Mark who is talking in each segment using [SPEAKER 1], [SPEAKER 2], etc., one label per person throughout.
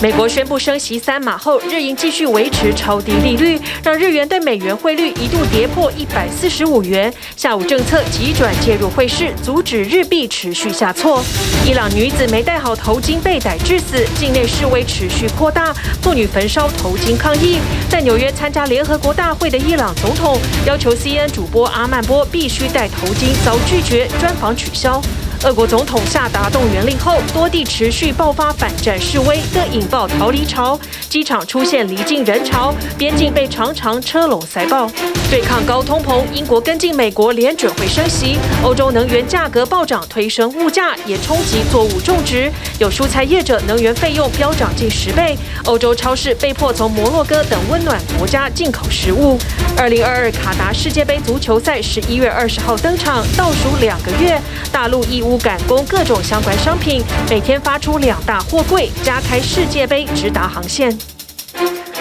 [SPEAKER 1] 美国宣布升息三码后，日银继续维持超低利率，让日元对美元汇率一度跌破一百四十五元。下午政策急转介入汇市，阻止日币持续下挫。伊朗女子没戴好头巾被逮致死，境内示威持续扩大，妇女焚烧头巾抗议。在纽约参加联合国大会的伊朗总统要求 CNN 主播阿曼波必须戴头巾，遭拒绝，专访取消。俄国总统下达动员令后，多地持续爆发反战示威，更引爆逃离潮。机场出现离境人潮，边境被长长车龙塞爆。对抗高通膨，英国跟进美国联准会升息，欧洲能源价格暴涨推升物价，也冲击作物种植。有蔬菜业者能源费用飙涨近十倍，欧洲超市被迫从摩洛哥等温暖国家进口食物。二零二二卡达世界杯足球赛十一月二十号登场，倒数两个月，大陆义务。赶工各种相关商品，每天发出两大货柜，加开世界杯直达航线。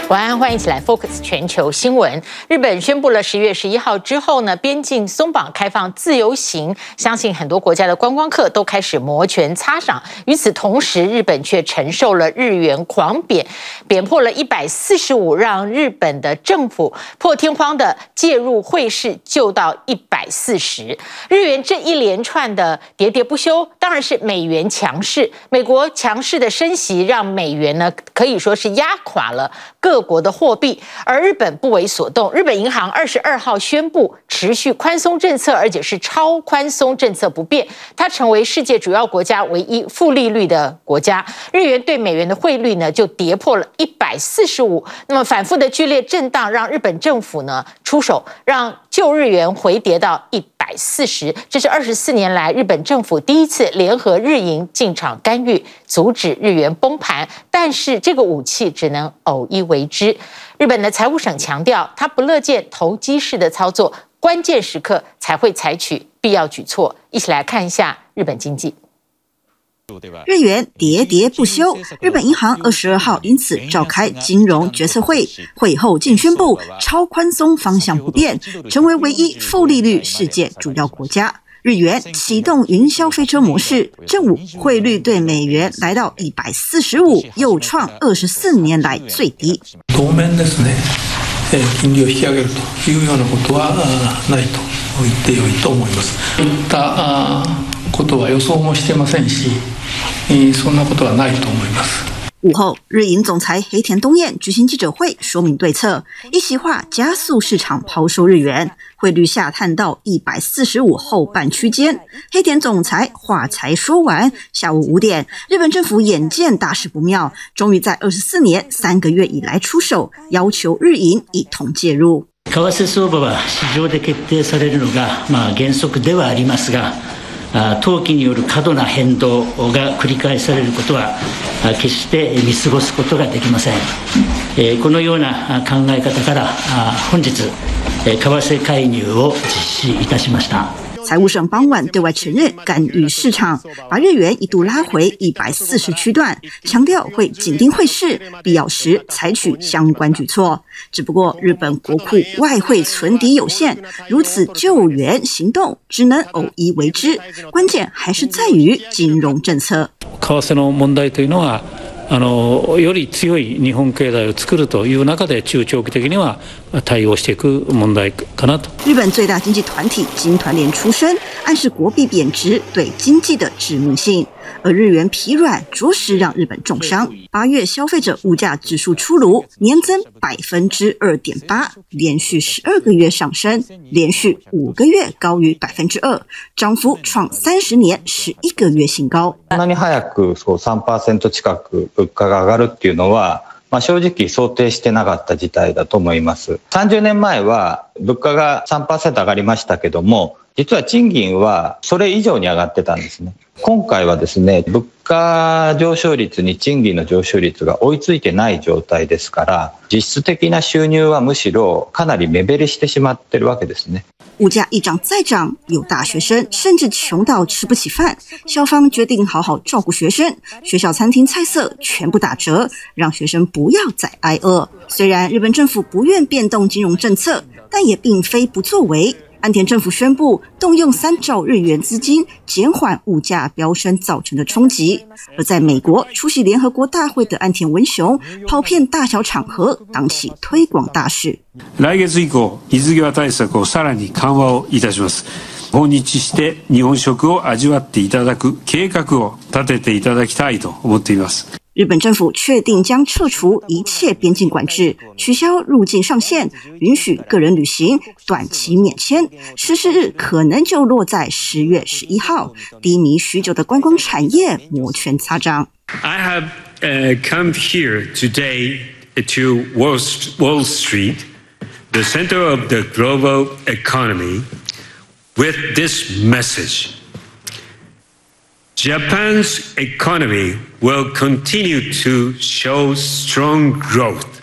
[SPEAKER 2] 晚安，欢迎一起来 Focus 全球新闻。日本宣布了十月十一号之后呢，边境松绑开放自由行，相信很多国家的观光客都开始摩拳擦掌。与此同时，日本却承受了日元狂贬，贬破了一百四十五，让日本的政府破天荒的介入汇市，救到一百四十日元。这一连串的喋喋不休，当然是美元强势。美国强势的升息，让美元呢可以说是压垮了各。各国的货币，而日本不为所动。日本银行二十二号宣布持续宽松政策，而且是超宽松政策不变。它成为世界主要国家唯一负利率的国家。日元对美元的汇率呢，就跌破了一百四十五。那么反复的剧烈震荡，让日本政府呢出手，让旧日元回跌到一。百四十，这是二十四年来日本政府第一次联合日银进场干预，阻止日元崩盘。但是这个武器只能偶一为之。日本的财务省强调，他不乐见投机式的操作，关键时刻才会采取必要举措。一起来看一下日本经济。
[SPEAKER 3] 日元喋喋不休，日本银行二十二号因此召开金融决策会，会后竟宣布超宽松方向不变，成为唯一负利率世界主要国家。日元启动云霄飞车模式，正午汇率对美元来到一百四十五，又创二十四年来最低。
[SPEAKER 4] 当面ですね、金利を引き上げるというようなことはないと言ってよいと思います。言ったことは予想もしてませんし。そんなことはないと思います。
[SPEAKER 3] 午后，日银总裁黑田东彦举行记者会，说明对策，一席化加速市场抛售日元，汇率下探到一百四十五后半区间。黑田总裁话才说完，下午五点，日本政府眼见大事不妙，终于在二十四年三个月以来出手，要求日银一同介入。
[SPEAKER 5] 為替相場は市場で決定されるのが、まあ原則ではありますが。投機による過度な変動が繰り返されることは決して見過ごすことができませんこのような考え方から本日為替介入を実施いたしました
[SPEAKER 3] 财务省傍晚对外承认干预市场，把日元一度拉回一百四十区段，强调会紧盯汇市，必要时采取相关举措。只不过日本国库外汇存底有限，如此救援行动只能偶一为之，关键还是在于金融政策。
[SPEAKER 4] 為替の問題というのは、あのより強い日本経済を作るという中で中長期的には対応していく問題かなと。
[SPEAKER 3] 日本最大经济团体金团联出身，暗示国币贬值对经济的致命性。而日元疲软，着实让日本重伤。八月消费者物价指数出炉，年增百分之二点八，连续十二个月上升，连续五个月高于百分之二，涨幅创三十年十一个月新高。
[SPEAKER 6] こんなに早くそう三パーセント近く物価が上がるっていうのは。まあ、正直想定してなかった事態だと思います。30年前は物価が3%上がりましたけども、実は賃金はそれ以上に上がってたんですね。今回はですね、物価上昇率に賃金の上昇率が追いついてない状態ですから、実質的な収入はむしろかなり目減りしてしまってるわけですね。
[SPEAKER 3] 物价一涨再涨，有大学生甚至穷到吃不起饭。校方决定好好照顾学生，学校餐厅菜色全部打折，让学生不要再挨饿。虽然日本政府不愿变动金融政策，但也并非不作为。安田政府宣布动用三兆日元资金，减缓物价飙升造成的冲击。而在美国出席联合国大会的安田文雄，跑遍大小场合，当起推广大使。
[SPEAKER 7] 来月以降、水際対策をさらに緩和をいたします。訪日して日本食を味わっていただく計画を立てていただきたいと思っています。
[SPEAKER 3] 日本政府确定将撤除一切边境管制，取消入境上限，允许个人旅行，短期免签。实施日可能就落在十月十一号。低迷许久的观光产业摩拳擦掌。
[SPEAKER 7] I have、uh, come here today to Wall Street, the center of the global economy, with this message. Japan's economy will continue to show strong growth.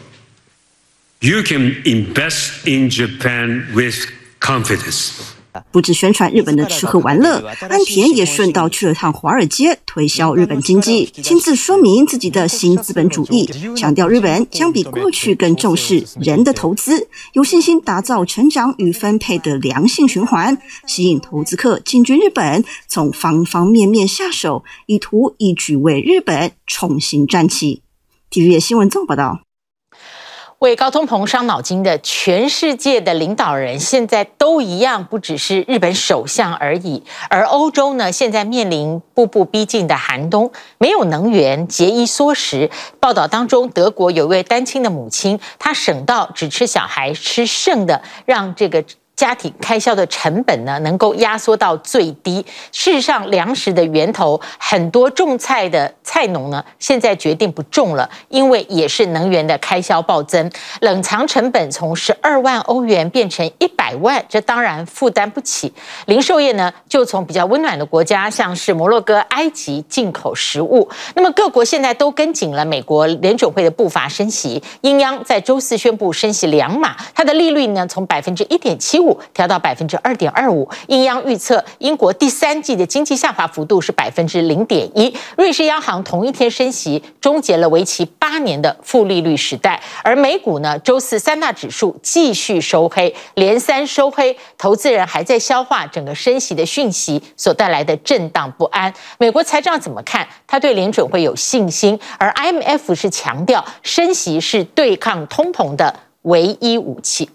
[SPEAKER 7] You can invest in Japan with confidence.
[SPEAKER 3] 不止宣传日本的吃喝玩乐，安田也顺道去了趟华尔街，推销日本经济，亲自说明自己的新资本主义，强调日本将比过去更重视人的投资，有信心打造成长与分配的良性循环，吸引投资客进军日本，从方方面面下手，以图一举为日本重新站起。体育新闻纵报道。
[SPEAKER 2] 为高通膨伤脑筋的全世界的领导人，现在都一样，不只是日本首相而已。而欧洲呢，现在面临步步逼近的寒冬，没有能源，节衣缩食。报道当中，德国有一位单亲的母亲，她省到只吃小孩吃剩的，让这个。家庭开销的成本呢，能够压缩到最低。事实上，粮食的源头，很多种菜的菜农呢，现在决定不种了，因为也是能源的开销暴增，冷藏成本从十二万欧元变成一百万，这当然负担不起。零售业呢，就从比较温暖的国家，像是摩洛哥、埃及进口食物。那么各国现在都跟紧了美国联准会的步伐升息。英央在周四宣布升息两码，它的利率呢，从百分之一点七。五调到百分之二点二五，英央预测英国第三季的经济下滑幅度是百分之零点一。瑞士央行同一天升息，终结了为期八年的负利率时代。而美股呢，周四三大指数继续收黑，连三收黑，投资人还在消化整个升息的讯息所带来的震荡不安。美国财长怎么看？他对联准会有信心，而 IMF 是强调升息是对抗通膨的唯一武器。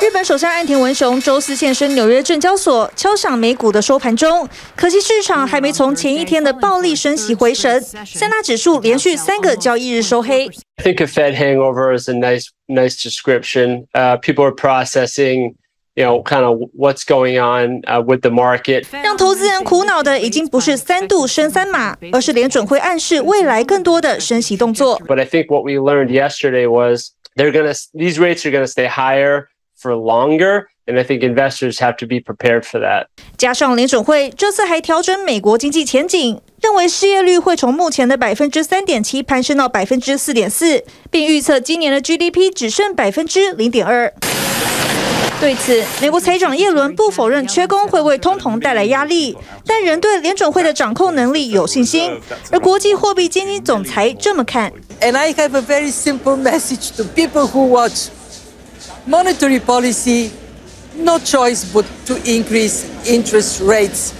[SPEAKER 8] 日本首相岸田文雄周四现身纽约证交所，敲响美股的收盘钟。可惜市场还没从前一天的暴力升息回神，三大指数连续三个交易日收黑。
[SPEAKER 9] I think a Fed hangover is a nice, nice description. Uh, people are processing. you know, kind of what's going on uh, with the market。
[SPEAKER 8] 让投资人苦恼的已经不是三度升三码，而是联准会暗示未来更多的升息动作。
[SPEAKER 9] But I think what we learned yesterday was they're gonna these rates are gonna stay higher. for longer. And I think investors have to be prepared for that.
[SPEAKER 8] 加上联准会这次还调整美国经济前景，认为失业率会从目前的百分之三点七攀升到百分之四点四，并预测今年的 GDP 只剩百分之零点二。对此，美国财长耶伦不否认缺工会为通膨带来压力，但仍对联准会的掌控能力有信心。而国际货币基金总裁这么看
[SPEAKER 10] ：And I have a very simple message to people who watch. monetary policy, no choice but to increase interest rates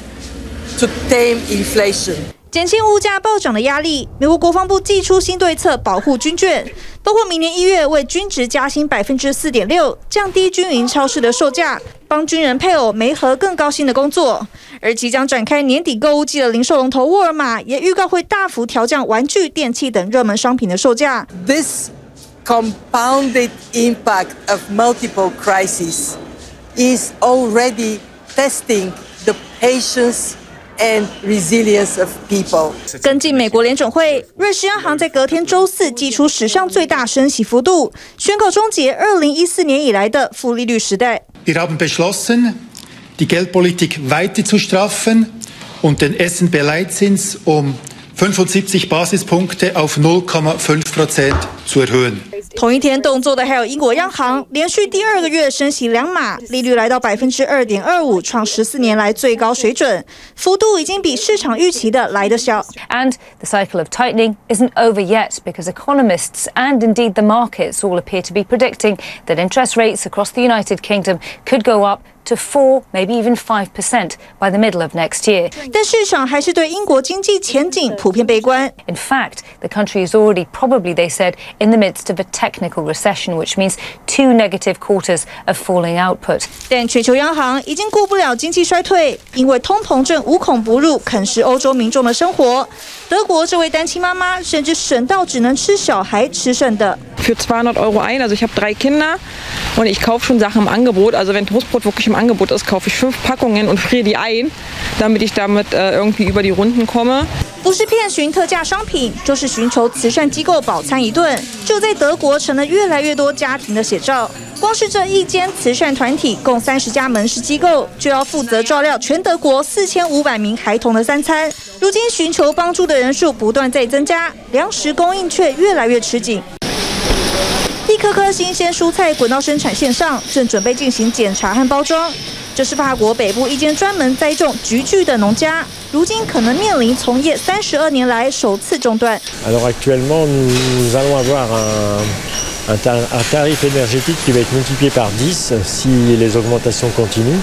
[SPEAKER 10] to tame inflation.
[SPEAKER 8] 减轻物价暴涨的压力，美国国防部祭出新对策保护军券，包括明年一月为军职加薪百分之四点六，降低军营超市的售价，帮军人配偶媒合更高薪的工作。而即将展开年底购物季的零售龙头沃尔玛也预告会大幅调降玩具、电器等热门商品的售价。
[SPEAKER 10] This compounded impact of multiple crises is already testing the patience and resilience of people.
[SPEAKER 8] 根据美国联准会，瑞士央行在隔天周四祭出史上最大升息幅度，宣告终结2014年以来的负利率时代。
[SPEAKER 11] Wir haben beschlossen, die Geldpolitik weiter zu straffen und den SNB-Leitzins um 75 Basispunkte auf 0,5 Prozent zu erhöhen.
[SPEAKER 8] 同一天动作的还有英国央行，连续第二个月升息两码，利率来到百分之二点二五，创十四年来最高水准，幅度已经比市场预期的来得小。
[SPEAKER 12] And the cycle of tightening isn't over yet because economists and indeed the markets all appear to be predicting that interest rates across the United Kingdom could go up to 4, maybe even 5% by the middle of next year.
[SPEAKER 8] 但市场还是对英国经济前景普遍悲观。
[SPEAKER 12] In fact, the country is already probably, they said, in the midst of a technical recession, which means two negative quarters of falling output.
[SPEAKER 8] 但全球央行已经顾不了经济衰退，因为通膨正无孔不入，啃食欧洲民众的生活。德国这位单亲妈妈甚至省到只能吃小孩吃剩的。
[SPEAKER 13] Für 200 Euro ein, also ich habe drei Kinder und ich kaufe schon Sachen im Angebot. Also wenn Toastbrot wirklich im Angebot ist, kaufe ich fünf Packungen und friere die ein, damit ich damit äh, irgendwie über die Runden komme.
[SPEAKER 8] 不是遍寻特价商品，就是寻求慈善机构饱餐一顿，就在德国成了越来越多家庭的写照。光是这一间慈善团体，共三十家门市机构，就要负责照料全德国四千五百名孩童的三餐。如今寻求帮助的人数不断在增加，粮食供应却越来越吃紧。一颗颗新鲜蔬菜滚到生产线上，正准备进行检查和包装。这是法国北部一间专门栽种菊苣的农家，如今可能面临从业三十二年来首次中断。
[SPEAKER 14] Alors actuellement, nous allons avoir un, un, tar- un tarif énergétique qui va être multiplié par 10 si les augmentations continuent,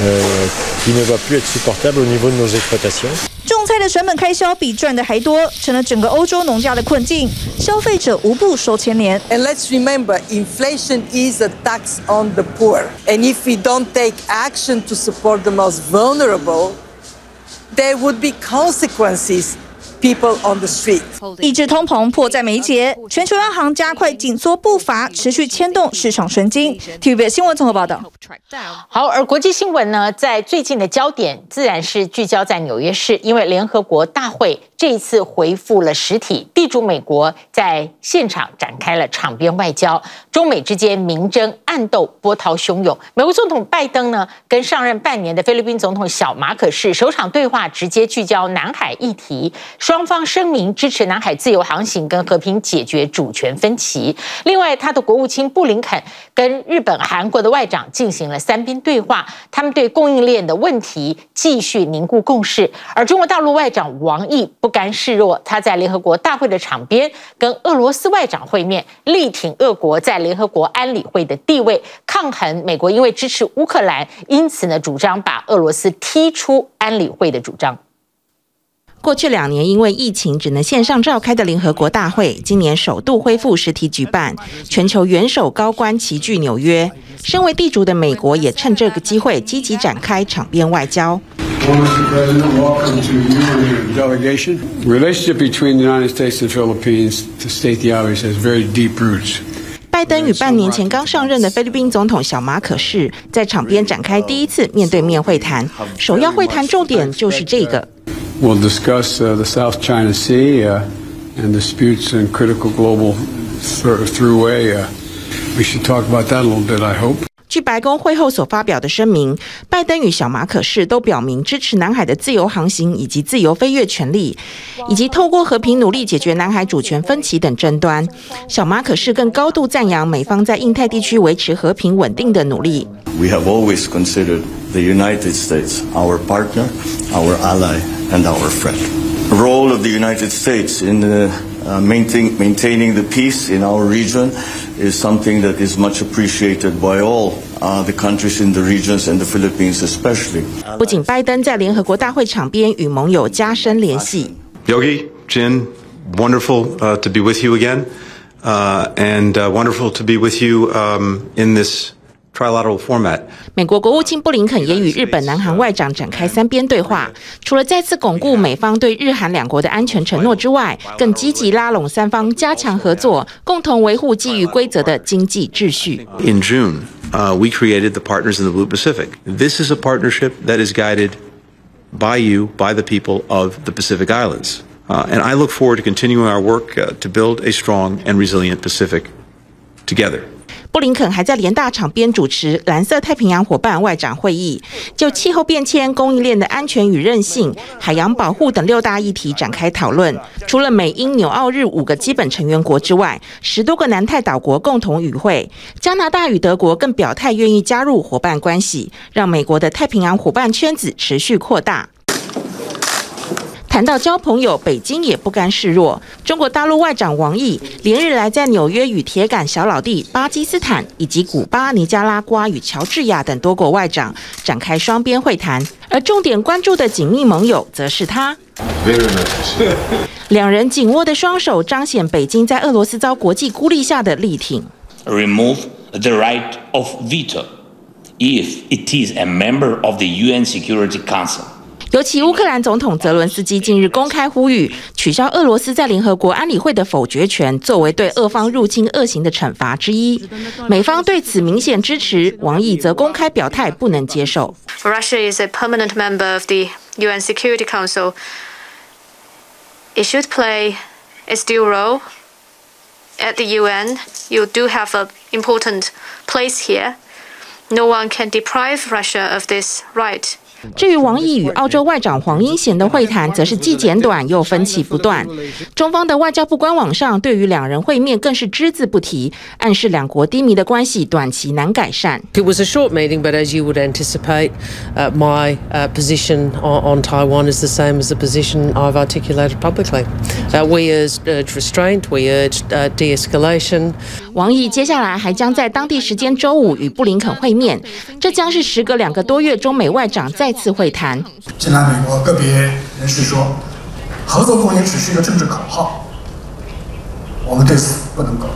[SPEAKER 14] euh, qui ne va plus être supportable au niveau de nos exploitations.
[SPEAKER 8] 种菜的成本开销比赚的还多，成了整个欧洲农家的困境，消费者无不受牵连。
[SPEAKER 15] And let's remember, inflation is a tax on the poor. And if we don't take action to support the most vulnerable, there would be consequences. People on the street.
[SPEAKER 8] 抑制通膨迫在眉睫，全球央行加快紧缩步伐，持续牵动市场神经。TVB 新闻综合报道。
[SPEAKER 2] 好，而国际新闻呢，在最近的焦点自然是聚焦在纽约市，因为联合国大会这一次回复了实体，地主美国在现场展开了场边外交，中美之间明争暗斗，波涛汹涌。美国总统拜登呢，跟上任半年的菲律宾总统小马可是首场对话直接聚焦南海议题，双方声明支持南海自由航行跟和平解决主权分歧。另外，他的国务卿布林肯跟日本、韩国的外长进行了三边对话，他们对供应链的问题继续凝固共识。而中国大陆外长王毅不甘示弱，他在联合国大会的场边跟俄罗斯外长会面，力挺俄国在联合国安理会的地位，抗衡美国因为支持乌克兰，因此呢主张把俄罗斯踢出安理会的主张。
[SPEAKER 16] 过去两年因为疫情只能线上召开的联合国大会，今年首度恢复实体举办，全球元首高官齐聚纽约。身为地主的美国也趁这个机会积极展开场边外交。
[SPEAKER 17] Mr. President, welcome to you and your delegation. Relationship between the United States and Philippines, to state the obvious, has very deep roots.
[SPEAKER 16] 拜登与半年前刚上任的菲律宾总统小马可士在场边展开第一次面对面会谈，首要会谈重点就是这个。
[SPEAKER 17] We'll discuss uh, the South China Sea uh, and disputes and critical global th- throughway. Uh, we should talk about that a little bit, I hope.
[SPEAKER 16] 据白宫会后所发表的声明，拜登与小马可士都表明支持南海的自由航行以及自由飞越权利，以及透过和平努力解决南海主权分歧等争端。小马可士更高度赞扬美方在印太地区维持和平稳定的努力。
[SPEAKER 18] We have always considered the United States our partner, our ally, and our friend. The role of the United States in uh, uh, maintain, maintaining the peace in our region is something that is much appreciated by all uh, the countries in the regions and the Philippines especially.
[SPEAKER 16] 不仅拜登在联合国大会场边与盟友加深联系，
[SPEAKER 19] Yogi, Jin, wonderful uh, to be with you again, uh, and uh, wonderful to be with you um, in this trilateral format.
[SPEAKER 16] 美国国务卿布林肯也与日本、南韩外长展开三边对话，除了再次巩固美方对日韩两国的安全承诺之外，更积极拉拢三方加强合作，共同维护基于规则的经济秩序。
[SPEAKER 19] In June, uh, we created the Partners in the Blue Pacific. This is a partnership that is guided by you, by the people of the Pacific Islands. Uh, and I look forward to continuing our work uh, to build a strong and resilient Pacific together.
[SPEAKER 16] 布林肯还在联大场边主持蓝色太平洋伙伴外长会议，就气候变迁、供应链的安全与韧性、海洋保护等六大议题展开讨论。除了美、英、纽、澳、日五个基本成员国之外，十多个南太岛国共同与会。加拿大与德国更表态愿意加入伙伴关系，让美国的太平洋伙伴圈子持续扩大。谈到交朋友，北京也不甘示弱。中国大陆外长王毅连日来在纽约与铁杆小老弟巴基斯坦以及古巴、尼加拉瓜与乔治亚等多国外长展开双边会谈，而重点关注的紧密盟友则是他。两人紧握的双手彰显北京在俄罗斯遭国际孤立下的力挺。
[SPEAKER 20] remove the right of veto if it is a member of the UN Security Council.
[SPEAKER 16] 尤其乌克兰总统泽伦斯基近日公开呼吁取消俄罗斯在联合国安理会的否决权，作为对俄方入侵恶行的惩罚之一。美方对此明显支持，王毅则公开表态不能接受。
[SPEAKER 21] Russia is a permanent member of the UN Security Council. It should play its due role at the UN. You do have an important place here. No one can deprive Russia of this right.
[SPEAKER 16] 至于王毅与澳洲外长黄英贤的会谈，则是既简短又分歧不断。中方的外交部官网上对于两人会面更是只字不提，暗示两国低迷的关系短期难改善。
[SPEAKER 22] It was a short meeting, but as you would anticipate, uh, my uh, position on, on Taiwan is the same as the position I've articulated publicly. Uh, we urged, urged restraint, we urged uh, de escalation.
[SPEAKER 16] 王毅接下来还将在当地时间周五与布林肯会面，这将是时隔两个多月中美外长再次会谈。
[SPEAKER 23] 现在美国个别人士说，合作共赢只是一个政治口号，我们对此不能够。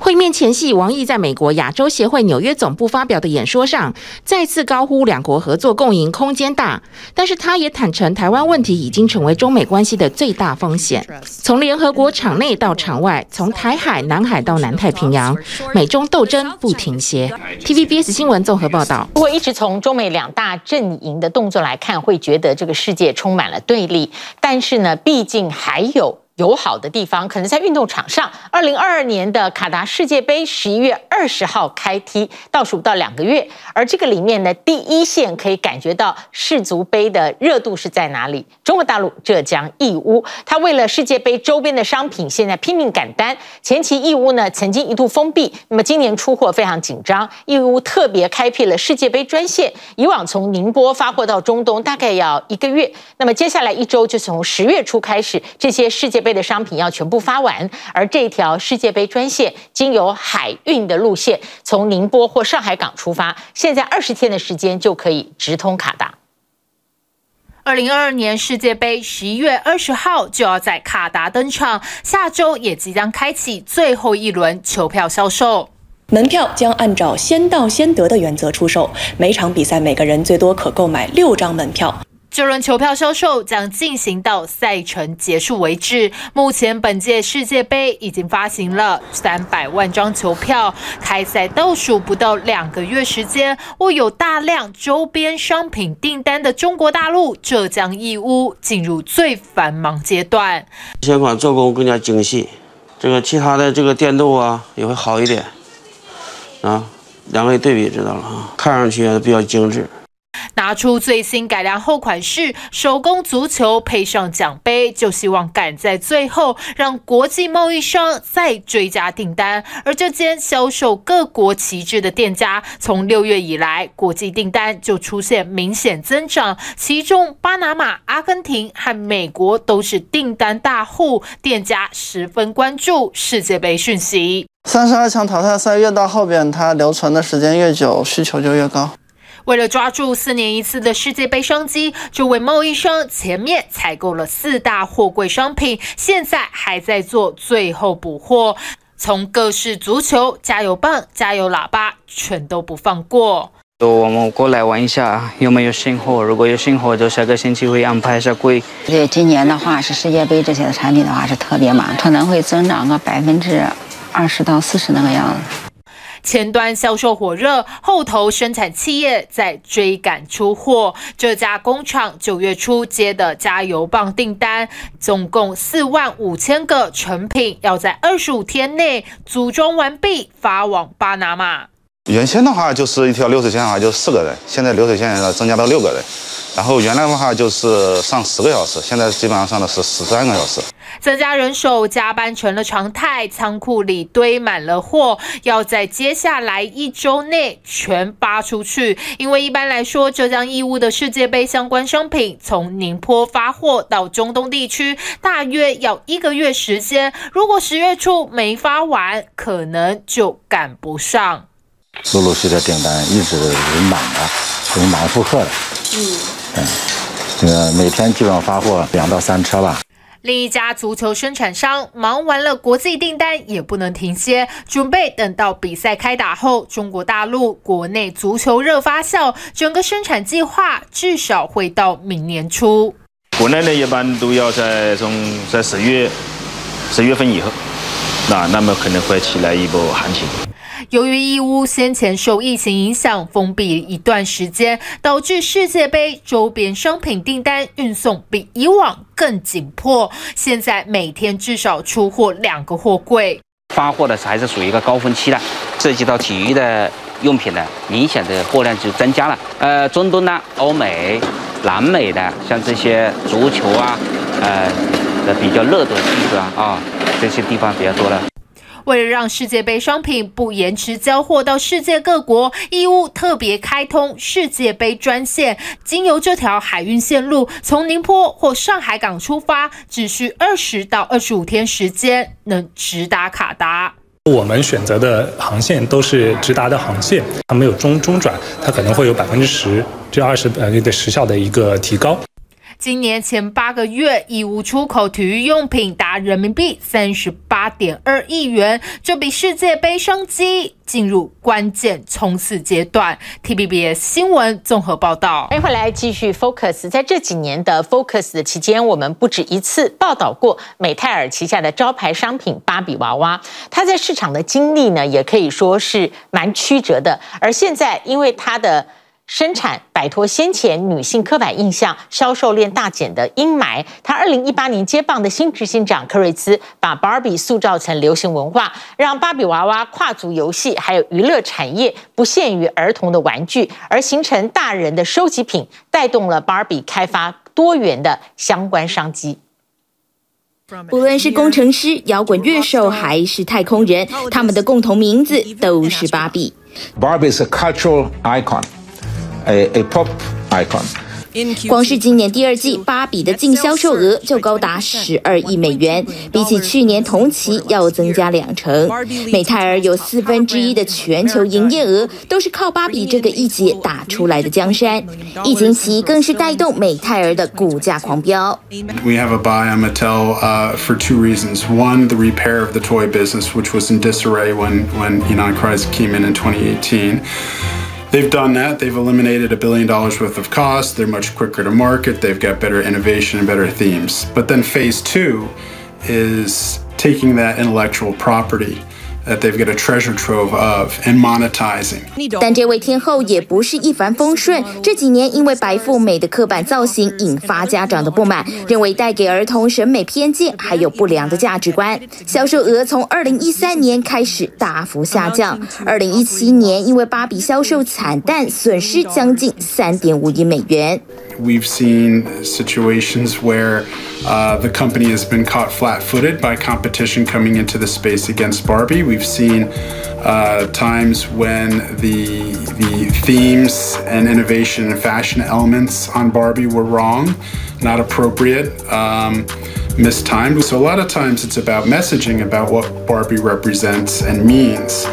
[SPEAKER 16] 会面前夕，王毅在美国亚洲协会纽约总部发表的演说上，再次高呼两国合作共赢空间大，但是他也坦诚台湾问题已经成为中美关系的最大风险。从联合国场内到场外，从台海、南海到南太平洋，美中斗争不停歇。TVBS 新闻综合报道。
[SPEAKER 2] 如果一直从中美两大阵营的动作来看，会觉得这个世界充满了对立，但是呢，毕竟还有。友好的地方，可能在运动场上。二零二二年的卡达世界杯十一月二十号开踢，倒数不到两个月，而这个里面呢，第一线可以感觉到世足杯的热度是在哪里？中国大陆浙江义乌，它为了世界杯周边的商品，现在拼命赶单。前期义乌呢曾经一度封闭，那么今年出货非常紧张，义乌特别开辟了世界杯专线。以往从宁波发货到中东大概要一个月，那么接下来一周就从十月初开始，这些世界杯。的商品要全部发完，而这条世界杯专线经由海运的路线，从宁波或上海港出发，现在二十天的时间就可以直通卡达。
[SPEAKER 24] 二零二二年世界杯十一月二十号就要在卡达登场，下周也即将开启最后一轮球票销售。
[SPEAKER 25] 门票将按照先到先得的原则出售，每场比赛每个人最多可购买六张门票。
[SPEAKER 24] 这轮球票销售将进行到赛程结束为止。目前本届世界杯已经发行了三百万张球票，开赛倒数不到两个月时间，握有大量周边商品订单的中国大陆浙江义乌进入最繁忙阶段，
[SPEAKER 26] 选款做工更加精细，这个其他的这个电镀啊也会好一点，啊，两个一对比知道了啊，看上去比较精致。
[SPEAKER 24] 拿出最新改良后款式，手工足球配上奖杯，就希望赶在最后让国际贸易商再追加订单。而这间销售各国旗帜的店家，从六月以来，国际订单就出现明显增长，其中巴拿马、阿根廷和美国都是订单大户。店家十分关注世界杯讯息。
[SPEAKER 27] 三十二强淘汰赛越到后边，它留存的时间越久，需求就越高。
[SPEAKER 24] 为了抓住四年一次的世界杯商机，这位贸易商前面采购了四大货柜商品，现在还在做最后补货，从各式足球、加油棒、加油喇叭全都不放过。
[SPEAKER 28] 我们过来玩一下，有没有新货？如果有新货，就下个星期会安排一下柜。
[SPEAKER 29] 对，今年的话是世界杯这些的产品的话是特别满，可能会增长个百分之二十到四十那个样子。
[SPEAKER 24] 前端销售火热，后头生产企业在追赶出货。这家工厂九月初接的加油棒订单，总共四万五千个成品，要在二十五天内组装完毕，发往巴拿马。
[SPEAKER 30] 原先的话就是一条流水线的话就四个人，现在流水线呢增加到六个人，然后原来的话就是上十个小时，现在基本上上的是十三个小时。
[SPEAKER 24] 增加人手，加班成了常态，仓库里堆满了货，要在接下来一周内全扒出去。因为一般来说，浙江义乌的世界杯相关商品从宁波发货到中东地区，大约要一个月时间。如果十月初没发完，可能就赶不上。
[SPEAKER 31] 陆陆续续的订单一直是满的，是满负荷的。嗯，这个每天基本上发货两到三车吧。
[SPEAKER 24] 另一家足球生产商忙完了国际订单，也不能停歇，准备等到比赛开打后，中国大陆国内足球热发酵，整个生产计划至少会到明年初。
[SPEAKER 32] 国内呢，一般都要在从在十月十月份以后，那那么可能会起来一波行情。
[SPEAKER 24] 由于义乌先前受疫情影响封闭一段时间，导致世界杯周边商品订单运送比以往更紧迫，现在每天至少出货两个货柜。
[SPEAKER 33] 发货的还是属于一个高峰期的，涉及到体育的用品的，明显的货量就增加了。呃，中东呢、欧美、南美的，像这些足球啊，呃，比较热的地方啊，这些地方比较多了。
[SPEAKER 24] 为了让世界杯商品不延迟交货到世界各国，义乌特别开通世界杯专线，经由这条海运线路，从宁波或上海港出发，只需二十到二十五天时间，能直达卡达。
[SPEAKER 7] 我们选择的航线都是直达的航线，它没有中中转，它可能会有百分之十至二十呃对时效的一个提高。
[SPEAKER 24] 今年前八个月，义乌出口体育用品达人民币三十八点二亿元，这比世界杯商机进入关键冲刺阶段。TBS 新闻综合报道。
[SPEAKER 2] 欢迎回来，继续 Focus。在这几年的 Focus 的期间，我们不止一次报道过美泰尔旗下的招牌商品芭比娃娃，它在市场的经历呢，也可以说是蛮曲折的。而现在，因为它的生产摆脱先前女性刻板印象、销售链大减的阴霾。他二零一八年接棒的新执行长科瑞兹，把 Barbie 塑造成流行文化，让芭比娃娃跨足游戏，还有娱乐产业，不限于儿童的玩具，而形成大人的收集品，带动了 Barbie 开发多元的相关商机。
[SPEAKER 34] 无论是工程师、摇滚乐手，还是太空人，他们的共同名字都是芭比。
[SPEAKER 35] Barbie is a cultural icon. a a pop icon。
[SPEAKER 34] 光是今年第二季，芭比的净销售额就高达十二亿美元，比起去年同期要增加两成。美泰尔有四分之一的全球营业额都是靠芭比这个一姐打出来的江山。疫情期更是带动美泰尔的股价狂飙。
[SPEAKER 36] We have a buy on Mattel uh, for two reasons. One, the repair of the toy business, which was in disarray when when Enon Kreis came in in 2018. They've done that. They've eliminated a billion dollars worth of cost. They're much quicker to market. They've got better innovation and better themes. But then phase two is taking that intellectual property that they've got a treasure trove of and monetizing.
[SPEAKER 34] 但这位天后也不是一帆风顺，这几年因为白富美的刻板造型引发家长的不满，认为带给儿童审美偏见，还有不良的价值观。销售额从2013年开始大幅下降，2017年因为芭比销售惨淡，损失将近3.5亿美元。
[SPEAKER 36] We've seen situations where uh, the company has been caught flat footed by competition coming into the space against Barbie. We've seen uh, times when the, the themes and innovation and fashion elements on Barbie were wrong, not appropriate. Um, mistimed. So a lot of times it's about messaging about what Barbie represents and means.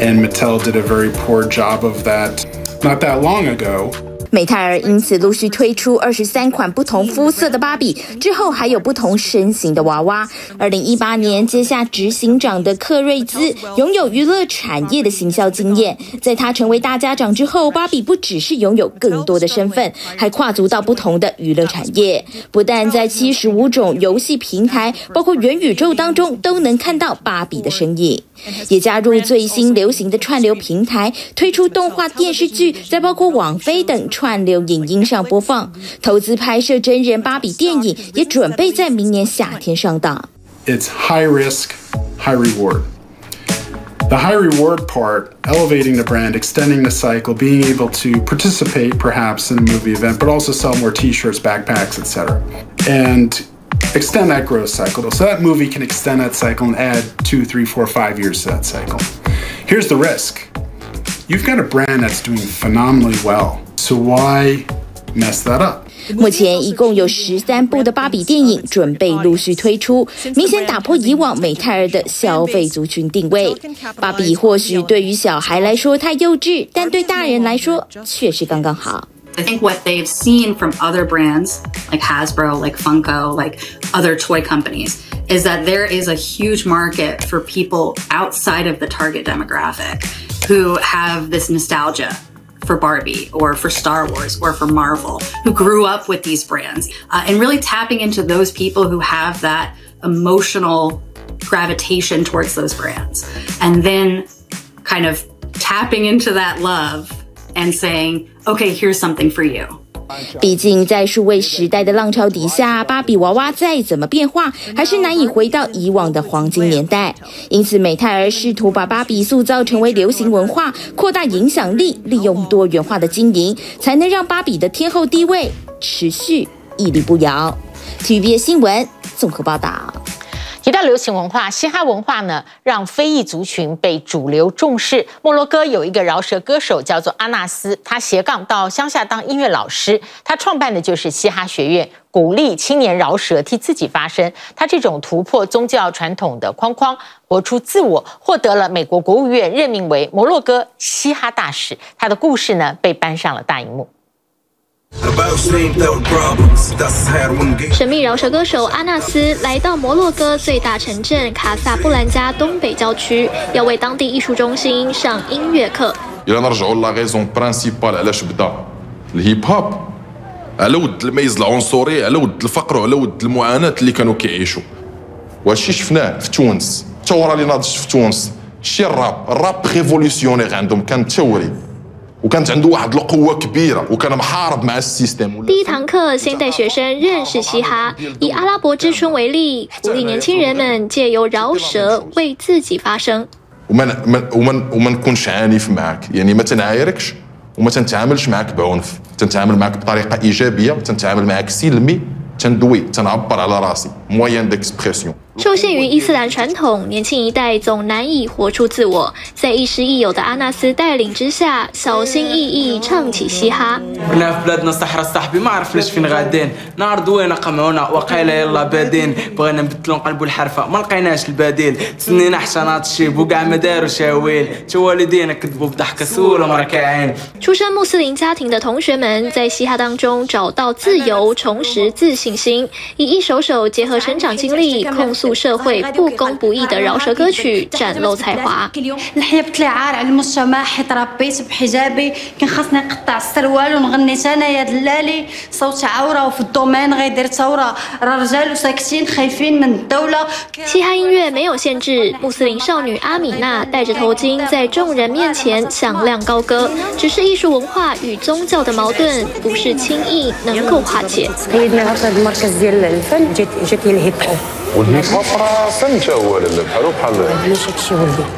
[SPEAKER 36] And Mattel did a very poor job of that not that long ago.
[SPEAKER 34] 美泰尔因此陆续推出二十三款不同肤色的芭比，之后还有不同身形的娃娃。二零一八年接下执行长的克瑞兹拥有娱乐产业的行销经验，在他成为大家长之后，芭比不只是拥有更多的身份，还跨足到不同的娱乐产业，不但在七十五种游戏平台，包括元宇宙当中都能看到芭比的身影，也加入最新流行的串流平台，推出动画电视剧，再包括网飞等串流影音上播放，投资拍摄真人芭比电影也准备在明年夏天上档。
[SPEAKER 36] It's high risk, high reward. The high reward part, elevating the brand, extending the cycle, being able to participate perhaps in a movie event, but also sell more t-shirts, backpacks, etc. And extend that growth cycle. So that movie can extend that cycle and add two, three, four, five years to that cycle. Here's the risk. You've got a brand that's doing phenomenally well. So why mess that up?
[SPEAKER 34] 目前一共有十三部的芭比电影准备陆续推出，明显打破以往美泰尔的消费族群定位。芭比或许对于小孩来说太幼稚，但对大人来说却是刚刚好。
[SPEAKER 37] I think what they've seen from other brands like Hasbro, like Funko, like other toy companies is that there is a huge market for people outside of the target demographic who have this nostalgia for Barbie or for Star Wars or for Marvel, who grew up with these brands, uh, and really tapping into those people who have that emotional gravitation towards those brands. And then kind of tapping into that love and saying, okay, here's something for you.
[SPEAKER 34] 毕竟，在数位时代的浪潮底下，芭比娃娃再怎么变化，还是难以回到以往的黄金年代。因此，美泰尔试图把芭比塑造成为流行文化，扩大影响力，利用多元化的经营，才能让芭比的天后地位持续屹立不摇。TVB 新闻综合报道。
[SPEAKER 2] 提到流行文化，嘻哈文化呢，让非裔族群被主流重视。摩洛哥有一个饶舌歌手叫做阿纳斯，他斜杠到乡下当音乐老师，他创办的就是嘻哈学院，鼓励青年饶舌替自己发声。他这种突破宗教传统的框框，活出自我，获得了美国国务院任命为摩洛哥嘻哈大使。他的故事呢，被搬上了大荧幕。
[SPEAKER 9] 神秘饶舌歌手阿纳斯来到摩洛哥最大城镇卡萨布兰加东北郊区，要为当地艺术中心上音乐课。
[SPEAKER 10] الى نرجعوا لا غيزون برانسيبال علاش بدا الهيب هوب على ود الميز العنصري على ود الفقر وعلى ود المعاناه اللي كانوا كيعيشوا وهادشي شفناه في تونس الثوره اللي ناضت في تونس شي الراب الراب ريفولوسيونير عندهم كان ثوري وكانت عنده واحد القوه كبيره وكان محارب مع السيستم
[SPEAKER 9] 第一堂课先带学生认识嘻哈，以阿拉伯之春为例，鼓励年轻人们借由饶舌为自己发声。
[SPEAKER 10] وما ن- ما- وما ن- وما نكونش عنيف معك يعني ما تنعايركش وما تنتعاملش معك بعنف تنتعامل معك بطريقه ايجابيه تنتعامل معك سلمي تندوي تنعبر على راسي مويان ديكسبرسيون
[SPEAKER 9] 受限于伊斯兰传统，年轻一代总难以活出自我。在亦师亦友的阿纳斯带领之下，小心翼翼唱起嘻哈。
[SPEAKER 38] هنا في بلادنا الصحراء صاحبي ما عرفناش فين غادين نار دوينا قمعونا وقيل يلا بادين بغينا نبدلو نقلبو الحرفه ما لقيناش البديل تسنينا حتى ناط الشيب وكاع ما دارو شاويل تا والدينا كذبوا بضحكه سولهم راكعين
[SPEAKER 9] 出身穆斯林家庭的同学们在嘻哈当中找到自由，重拾自信心，以一首首结合成长经历，控诉社会不公不义的饶舌歌曲，展露才华。
[SPEAKER 39] الحياه بتلعار على المجتمع حيت ربيت بحجابي كان خاصني نقطع السروال ونغني انا يا دلالي صوت عوره وفي الدومين غيدير ثوره راه رجال وساكتين خايفين من الدوله
[SPEAKER 9] 嘻哈音乐没有限制，穆斯林少女阿米娜戴着头巾在众人面前响亮高歌。只是艺术文化与宗教的矛盾不是轻易能够化解。
[SPEAKER 40] تقيدنا هبطنا المركز ديال الفن جات جاتني الهيب هوب
[SPEAKER 10] والهيب هوب راه فن تا هو بحالو بحال
[SPEAKER 40] ماشي هادشي ولدي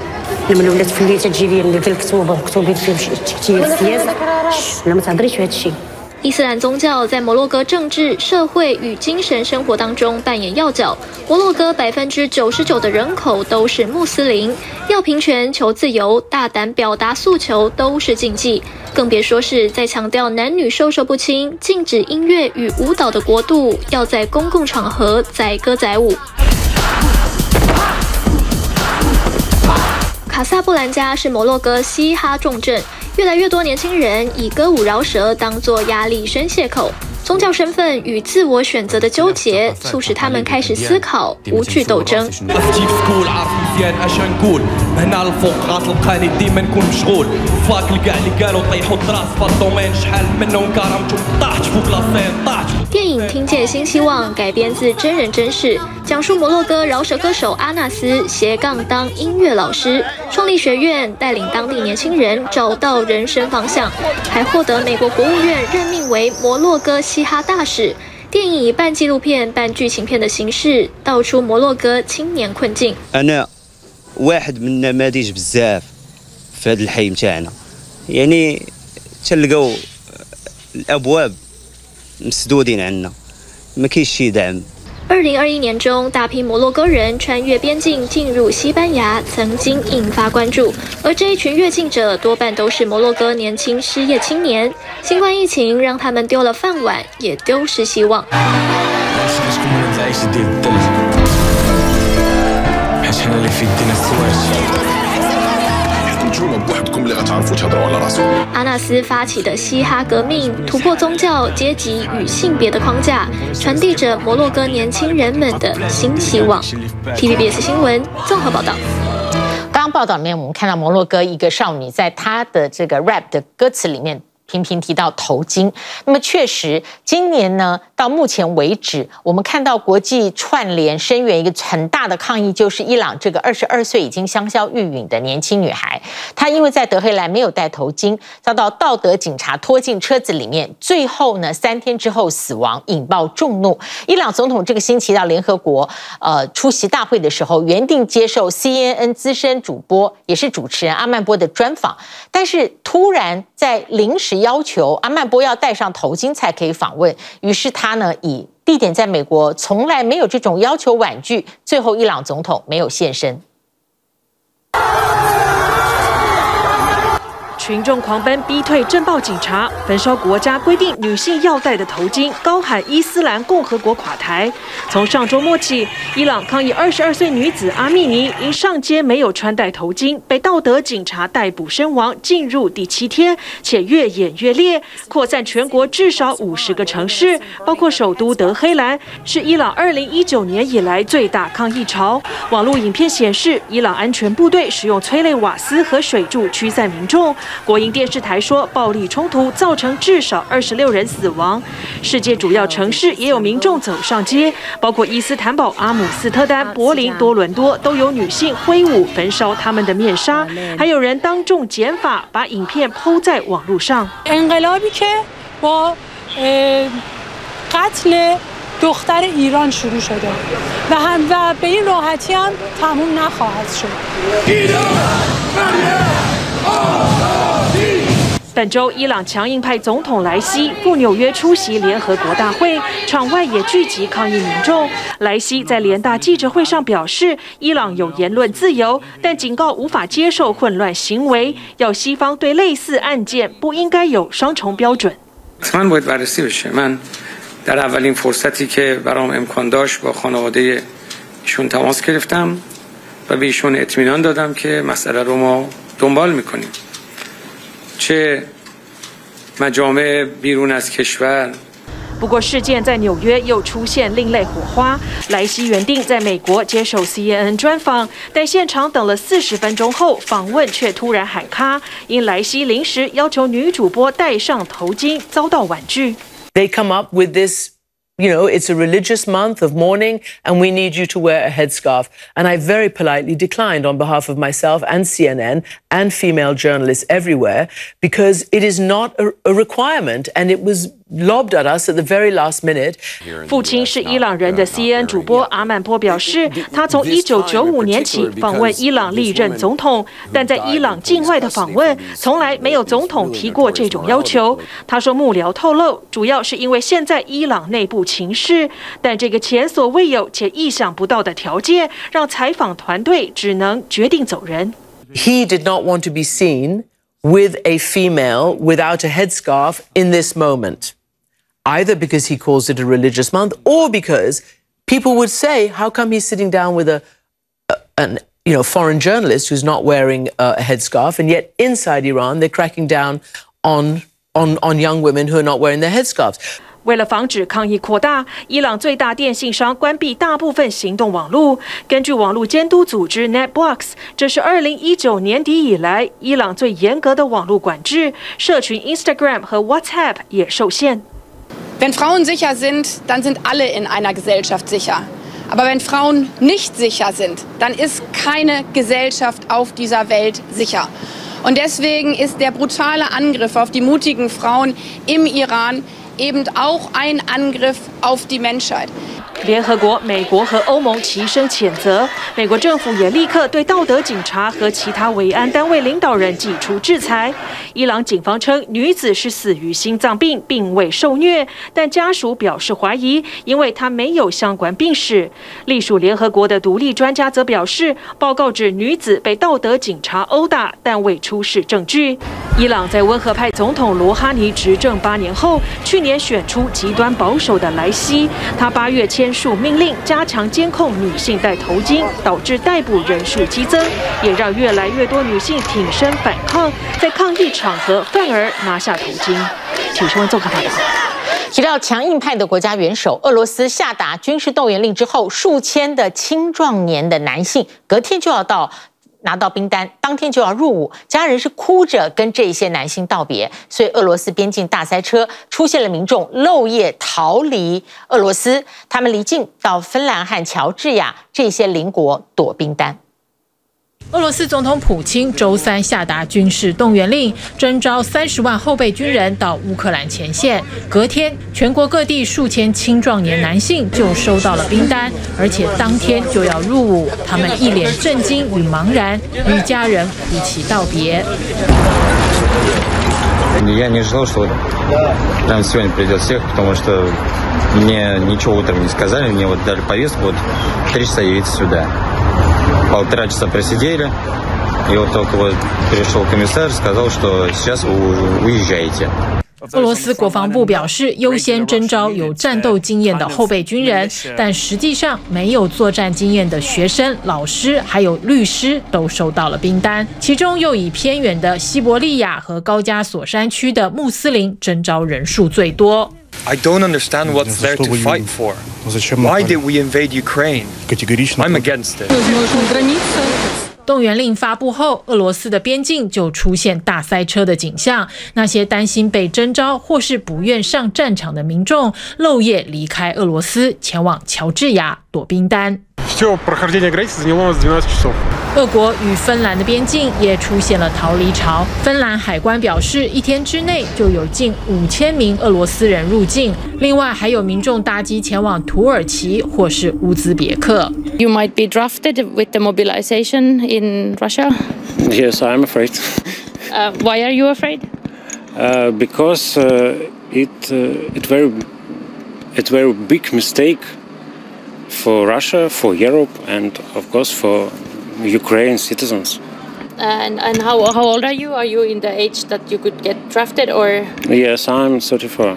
[SPEAKER 40] لما ولات فلي تجي لي اللي قال كتوبه مكتوبين فيهم شي تحتيه السياسه شش، لا ما تهضريش في هادشي
[SPEAKER 9] 伊斯兰宗教在摩洛哥政治、社会与精神生活当中扮演要角。摩洛哥百分之九十九的人口都是穆斯林，要平权、求自由、大胆表达诉求都是禁忌，更别说是在强调男女授受不亲、禁止音乐与舞蹈的国度，要在公共场合载歌载舞。卡萨布兰加是摩洛哥嘻哈重镇，越来越多年轻人以歌舞饶舌当作压力宣泄口。宗教身份与自我选择的纠结，促使他们开始思考无惧斗争。
[SPEAKER 14] تجيب سكول عارف مزيان اش نقول هنا الفوق غتلقاني ديما نكون مشغول فاك لكاع اللي قالوا طيحوا الطراس في الدومين شحال منهم كرامتهم طاحت فوق لاسين طاحت
[SPEAKER 9] 电影《听见新希望》改编自真人真事，讲述摩洛哥饶舌歌手阿纳斯斜杠当音乐老师，创立学院，带领当地年轻人找到人生方向，还获得美国国务院任命为摩洛哥嘻哈大使。电影以半纪录片、半剧情片的形式，道出摩洛哥青年困境。
[SPEAKER 16] انا واحد من النماذج بزاف في هذا الحي متاعنا يعني تلقاو الابواب مسدودين عنا ما كاينش شي دعم
[SPEAKER 9] 二零二一年中，大批摩洛哥人穿越边境进入西班牙，曾经引发关注。而这一群越境者多半都是摩洛哥年轻失业青年。新冠疫情让他们丢了饭碗，也丢失希望。
[SPEAKER 14] ماشي شكون اللي تعيش ديال الثلج
[SPEAKER 16] حيت حنا اللي في يدينا السواج
[SPEAKER 10] نتوما بوحدكم اللي غتعرفوا تهضروا على راسكم
[SPEAKER 9] 阿纳斯发起的嘻哈革命，突破宗教、阶级与性别的框架，传递着摩洛哥年轻人们的新希望。TVBS 新闻综合报道。
[SPEAKER 2] 刚刚报道里面，我们看到摩洛哥一个少女在她的这个 rap 的歌词里面。频频提到头巾，那么确实，今年呢，到目前为止，我们看到国际串联声援一个很大的抗议，就是伊朗这个二十二岁已经香消玉殒的年轻女孩，她因为在德黑兰没有戴头巾，遭到道德警察拖进车子里面，最后呢，三天之后死亡，引爆众怒。伊朗总统这个星期到联合国呃出席大会的时候，原定接受 CNN 资深主播也是主持人阿曼波的专访，但是突然在临时。要求阿曼波要戴上头巾才可以访问，于是他呢以地点在美国从来没有这种要求婉拒，最后伊朗总统没有现身。
[SPEAKER 1] 群众狂奔逼退政报警察，焚烧国家规定女性要戴的头巾，高喊伊斯兰共和国垮台。从上周末起，伊朗抗议22岁女子阿密尼因上街没有穿戴头巾，被道德警察逮捕身亡，进入第七天，且越演越烈，扩散全国至少五十个城市，包括首都德黑兰，是伊朗2019年以来最大抗议潮。网络影片显示，伊朗安全部队使用催泪瓦斯和水柱驱散民众。国营电视台说，暴力冲突造成至少二十六人死亡。世界主要城市也有民众走上街，包括伊斯坦堡、阿姆斯特丹、柏林、多伦多，都有女性挥舞焚烧他们的面纱，还有人当众剪发，把影片抛在网络上。
[SPEAKER 19] انقلابی که با اه، قتل دختر ایران شروع شده و هم و به این راحتی هم تموم نخواهد شد
[SPEAKER 1] 本周，伊朗强硬派总统莱西赴纽约出席联合国大会，场外也聚集抗议民众。莱西在联大记者会上表示，伊朗有言论自由，但警告无法接受混乱行为，要西方对类似案件不应该有双重标准。
[SPEAKER 41] حتما باید بررسی بشه من در اولین فرصتی که برام امکان داشت با خانواده ایشون تماس گرفتم و به ایشون اطمینان دادم که مسئله رو ما دنبال میکنیم چه مجامع بیرون از کشور
[SPEAKER 1] 不过，事件在纽约又出现另类火花。莱西原定在美国接受 CNN 专访，但现场等了四十分钟后，访问却突然喊卡，因莱西临时要求女主播戴上头巾，遭到婉拒。
[SPEAKER 22] They come up with this, you know, it's a religious month of mourning and we need you to wear a headscarf. And I very politely declined on behalf of myself and CNN and female journalists everywhere because it is not a, a requirement and it was lobbed at us at the very last minute.
[SPEAKER 1] 父亲是伊朗人的 CNN 主播阿曼波表示，他从1995年起访问伊朗历任总统，但在伊朗境外的访问从来没有总统提过这种要求。他说，幕僚透露，主要是因为现在伊朗内部情势，但这个前所未有且意想不到的条件，让采访团队只能决定走人。
[SPEAKER 22] He did not want to be seen with a female without a headscarf in this moment, either because he calls it a religious month or because people would say, How come he's sitting down with a, a- an you know, foreign journalist who's not wearing uh, a headscarf, and yet inside Iran they're cracking down on on on young women who are not wearing their headscarves.
[SPEAKER 1] 为了防止抗议扩大，伊朗最大电信商关闭大部分行动网络。根据网络监督组织 NetBlocks，这是2019年底以来伊朗最严格的网络管制。社群 Instagram 和 WhatsApp 也受限。
[SPEAKER 42] Wenn Frauen sicher sind, dann sind alle in einer Gesellschaft sicher. Aber wenn Frauen nicht sicher sind, dann ist keine Gesellschaft auf dieser Welt sicher. Und deswegen ist der brutale Angriff auf die mutigen Frauen im Iran eben auch ein Angriff auf die Menschheit.
[SPEAKER 1] 联合国、美国和欧盟齐声谴责，美国政府也立刻对道德警察和其他维安单位领导人祭出制裁。伊朗警方称，女子是死于心脏病，并未受虐，但家属表示怀疑，因为她没有相关病史。隶属联合国的独立专家则表示，报告指女子被道德警察殴打，但未出示证据。伊朗在温和派总统罗哈尼执政八年后，去年选出极端保守的莱西，他八月签署命令加强监控女性戴头巾，导致逮捕人数激增，也让越来越多女性挺身反抗，在抗议场合反而拿下头巾。请收看综合报道。
[SPEAKER 2] 提到强硬派的国家元首，俄罗斯下达军事动员令之后，数千的青壮年的男性隔天就要到。拿到兵单，当天就要入伍，家人是哭着跟这些男性道别，所以俄罗斯边境大塞车，出现了民众漏夜逃离俄罗斯，他们离境到芬兰和乔治亚这些邻国躲兵单。
[SPEAKER 25] 俄罗斯总统普京周三下达军事动员令，征召三十万后备军人到乌克兰前线。隔天，全国各地数千青壮年男性就收到了兵单，而且当天就要入伍。他们一脸震惊与茫然，与家人哭泣道别。
[SPEAKER 43] Я не ждал, что прям сегодня придет всех, потому что мне ничего утром не сказали, мне вот дали повестку, вот три часа едете сюда. Полтора часа просидели, и вот только вот пришел комиссар, сказал, что сейчас у- уезжаете.
[SPEAKER 25] 俄罗斯国防部表示，优先征召有战斗经验的后备军人，但实际上没有作战经验的学生、老师还有律师都收到了兵单，其中又以偏远的西伯利亚和高加索山区的穆斯林征召人数最多。
[SPEAKER 44] I don't understand what's there to fight for. Why did we invade Ukraine? I'm against it.
[SPEAKER 25] границы. 动员令发布后，俄罗斯的边境就出现大塞车的景象。那些担心被征召或是不愿上战场的民众，漏夜离开俄罗斯，前往乔治亚躲兵单。
[SPEAKER 45] Все прохождение границы заняло у нас 12 часов.
[SPEAKER 25] 俄国与芬兰的边境也出现了逃离潮。芬兰海关表示，一天之内就有近五千名俄罗斯人入境，另外还有民众搭机前往土耳其或是乌兹别克。
[SPEAKER 46] You might be drafted with the mobilization in Russia.
[SPEAKER 7] Yes, I'm afraid.
[SPEAKER 46] Uh, why are you afraid?
[SPEAKER 7] Uh, because uh, it uh, it very it's very big mistake for Russia, for Europe, and of course for Ukraine citizens.
[SPEAKER 46] And, and how, how old are you? Are you in the age that you could get drafted or?
[SPEAKER 7] Yes, I'm 34.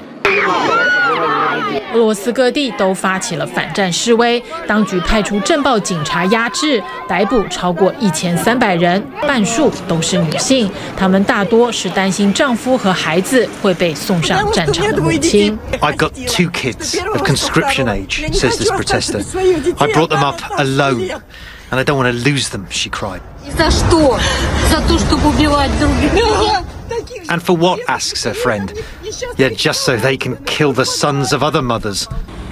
[SPEAKER 25] 俄罗斯各地都发起了反战示威，当局派出政报警察压制，逮捕超过一千三百人，半数都是女性，她们大多是担心丈夫和孩子会被送上战场的母亲。
[SPEAKER 47] I've got two kids of conscription age, says this protester. I brought them up alone, and I don't want to lose them, she cried.
[SPEAKER 48] За что? За то, чтобы убивать других людей?
[SPEAKER 47] And for what, asks her friend? Yeah, just so they can kill the sons of other mothers.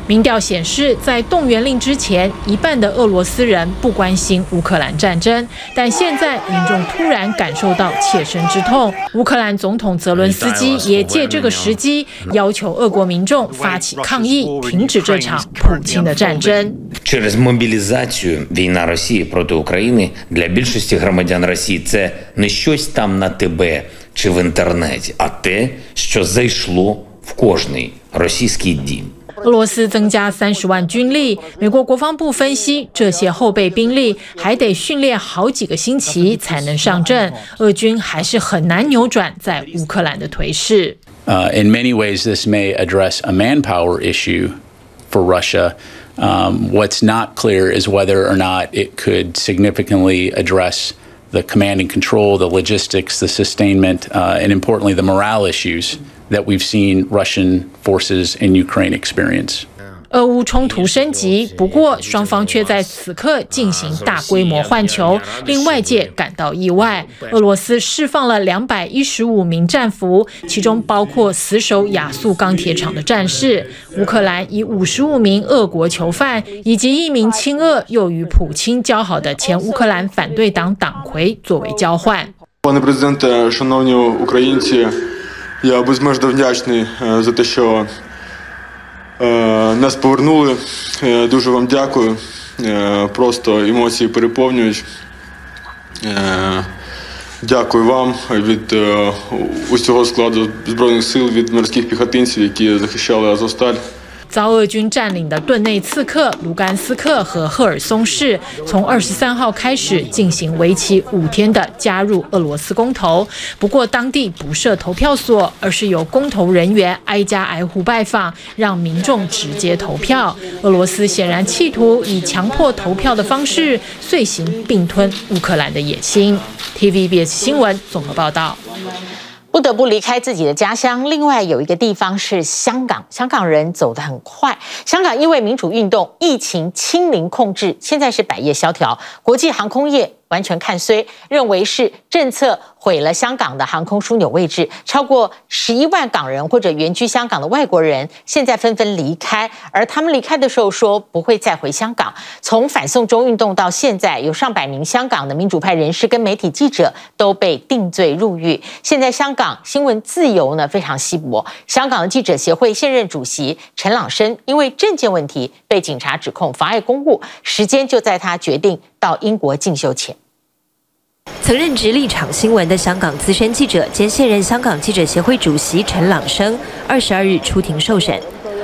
[SPEAKER 25] 民调显示，在动员令之前，一半的俄罗斯人不关心乌克兰战争，但现在民众突然感受到切身之痛。乌克兰总统泽伦斯基也借这个时机，要求俄国民众发起抗议，停止这场普京的战争。
[SPEAKER 20] Через мобілізацію війна Росії проти України для більшості громадян Росії це не щось там на тебе чи в інтернеті, а те, що зайшло в кожний російський дім.
[SPEAKER 25] 俄罗斯增加三十万军力，美国国防部分析，这些后备兵力还得训练好几个星期才能上阵，俄军还是很难扭转在乌克兰的颓势。
[SPEAKER 49] Uh, in many ways, this may address a manpower issue for Russia. Um, what's not clear is whether or not it could significantly address the command and control, the logistics, the sustainment, uh, and importantly, the morale issues that we've seen Russian forces in Ukraine experience.
[SPEAKER 25] 俄乌冲突升级，不过双方却在此刻进行大规模换球，令外界感到意外。俄罗斯释放了两百一十五名战俘，其中包括死守亚速钢铁厂的战士。乌克兰以五十五名俄国囚犯以及一名亲俄又与普京交好的前乌克兰反对党党魁作为交换。
[SPEAKER 45] Пане президенте, шановні українці, я безмежно вдячний е, за те, що е, нас повернули. Е, Дуже вам дякую. Е, Просто емоції переповнюють. Е, Дякую вам від е, усього складу збройних сил, від морських піхотинців, які захищали Азовсталь.
[SPEAKER 25] 遭俄军占领的顿内茨克、卢甘斯克和赫尔松市，从二十三号开始进行为期五天的加入俄罗斯公投。不过，当地不设投票所，而是由公投人员挨家挨户拜访，让民众直接投票。俄罗斯显然企图以强迫投票的方式，遂行并吞乌克兰的野心。TVBS 新闻综合报道。
[SPEAKER 2] 不得不离开自己的家乡。另外有一个地方是香港，香港人走得很快。香港因为民主运动，疫情清零控制，现在是百业萧条，国际航空业完全看衰，认为是政策毁了香港的航空枢纽位置。超过十一万港人或者原居香港的外国人，现在纷纷离开，而他们离开的时候说不会再回香港。从反送中运动到现在，有上百名香港的民主派人士跟媒体记者都被定罪入狱。现在香港新闻自由呢非常稀薄，香港的记者协会现任主席陈朗生因为证件问题被警察指控妨碍公务，时间就在他决定到英国进修前。
[SPEAKER 29] 曾任职立场新闻的香港资深记者兼现任香港记者协会主席陈朗生，二十二日出庭受审。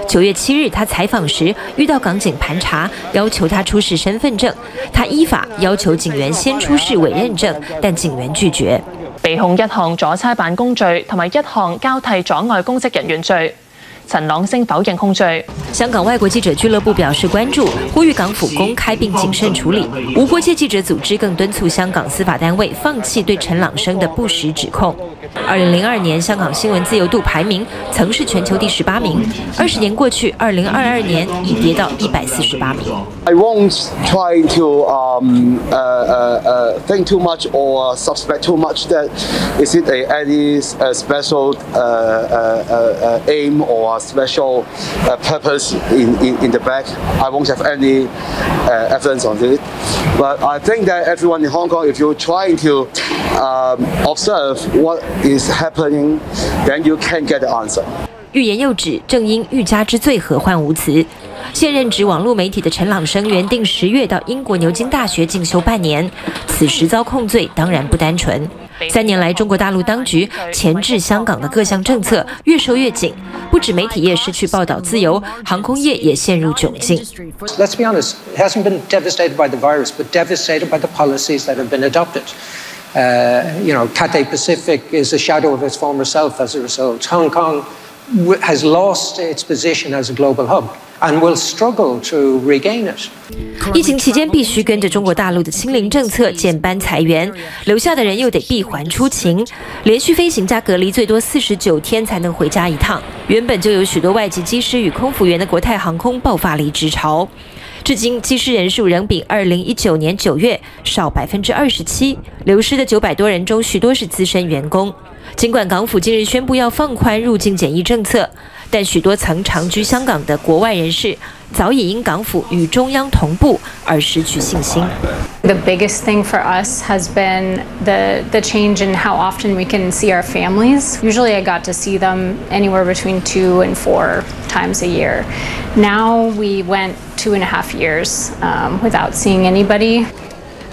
[SPEAKER 29] 九月七日，他采访时遇到港警盘查，要求他出示身份证，他依法要求警员先出示委任证，但警员拒绝。
[SPEAKER 50] 被控一項阻差辦公罪同埋一項交替阻礙公職人員罪。陳朗升否認控罪。
[SPEAKER 29] 香港外国记者俱乐部表示关注，呼吁港府公开并谨慎处理。无国界记者组织更敦促香港司法单位放弃对陈朗生的不实指控。二零零二年香港新闻自由度排名曾是全球第十八名，二十年过去，二零二二年已跌到一百四十八名。
[SPEAKER 51] I won't try to um, uh, uh, uh, think too much or suspect too much that is it a, any uh, special uh, uh, uh, aim or special uh, purpose in, in, in the back. I won't have any uh, evidence on it. But I think that everyone in Hong Kong, if you're trying to um, observe what is happening, then you can get the answer.
[SPEAKER 29] 欲言又止，正因欲加之罪，何患无辞？现任职网络媒体的陈朗生原定十月到英国牛津大学进修半年，此时遭控罪，当然不单纯。三年来，中国大陆当局钳制香港的各项政策越收越紧，不止媒体业失去报道自由，航空业也陷入窘境。
[SPEAKER 11] Let's be honest, it hasn't been devastated by the virus, but devastated by the policies that have been adopted. Uh, you know, Cathay Pacific is a shadow of its former self as a result. Hong Kong w- has lost its position as a global hub and will struggle to regain it.
[SPEAKER 29] 疫情期间必须跟着中国大陆的清零政策减班裁员，留下的人又得闭环出勤，连续飞行加隔离最多四十九天才能回家一趟。原本就有许多外籍机师与空服员的国泰航空爆发离职潮，至今机师人数仍比二零一九年九月少百分之二十七，流失的九百多人中，许多是资深员工。尽管港府近日宣布要放宽入境检疫政策，但许多曾长居香港的国外人士早已因港府与中央同步而失去信心。
[SPEAKER 52] The biggest thing for us has been the, the change in how often we can see our families. Usually, I got to see them anywhere between two and four times a year. Now, we went two and a half years um, without seeing anybody.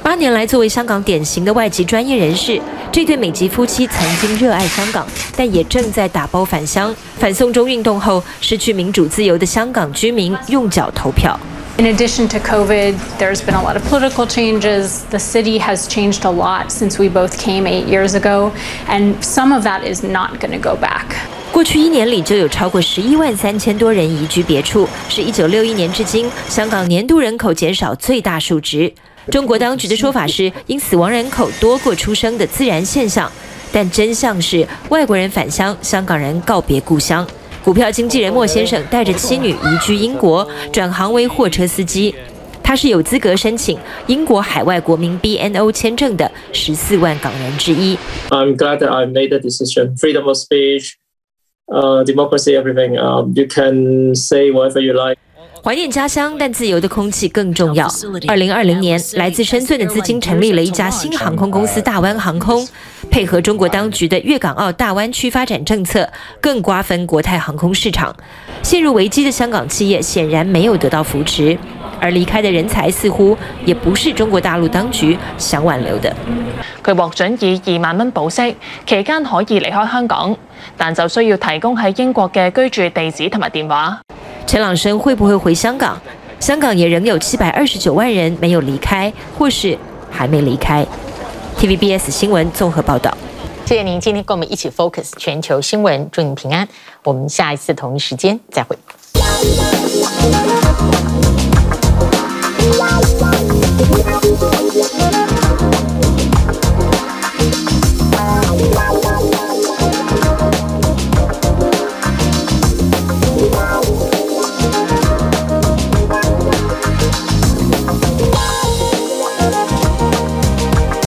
[SPEAKER 29] 八年来，作为香港典型的外籍专业人士，这对美籍夫妻曾经热爱香港，但也正在打包返乡。反送中运动后，失去民主自由的香港居民用脚投票。
[SPEAKER 52] In addition to COVID, there's been a lot of political changes. The city has changed a lot since we both came eight years ago, and some of that is not going to go back.
[SPEAKER 29] 过去一年里就有超过十一万三千多人移居别处，是一九六一年至今香港年度人口减少最大数值。中国当局的说法是因死亡人口多过出生的自然现象，但真相是外国人返乡，香港人告别故乡。股票经纪人莫先生带着妻女移居英国，转行为货车司机。他是有资格申请英国海外国民 BNO 签证的十四万港人之一。
[SPEAKER 53] I'm glad that I made the decision. Freedom of speech, uh, democracy, everything. Um, you can say whatever you like.
[SPEAKER 29] 怀念家乡，但自由的空气更重要。二零二零年，来自深圳的资金成立了一家新航空公司——大湾航空，配合中国当局的粤港澳大湾区发展政策，更瓜分国泰航空市场。陷入危机的香港企业显然没有得到扶持，而离开的人才似乎也不是中国大陆当局想挽留的。
[SPEAKER 25] 佢獲准以二萬蚊保釋，期間可以離開香港，但就需要提供喺英國嘅居住地址同埋電話。
[SPEAKER 29] 陈朗生会不会回香港？香港也仍有七百二十九万人没有离开，或是还没离开。TVBS 新闻综合报道。
[SPEAKER 2] 谢谢您今天跟我们一起 focus 全球新闻，祝您平安。我们下一次同一时间再会。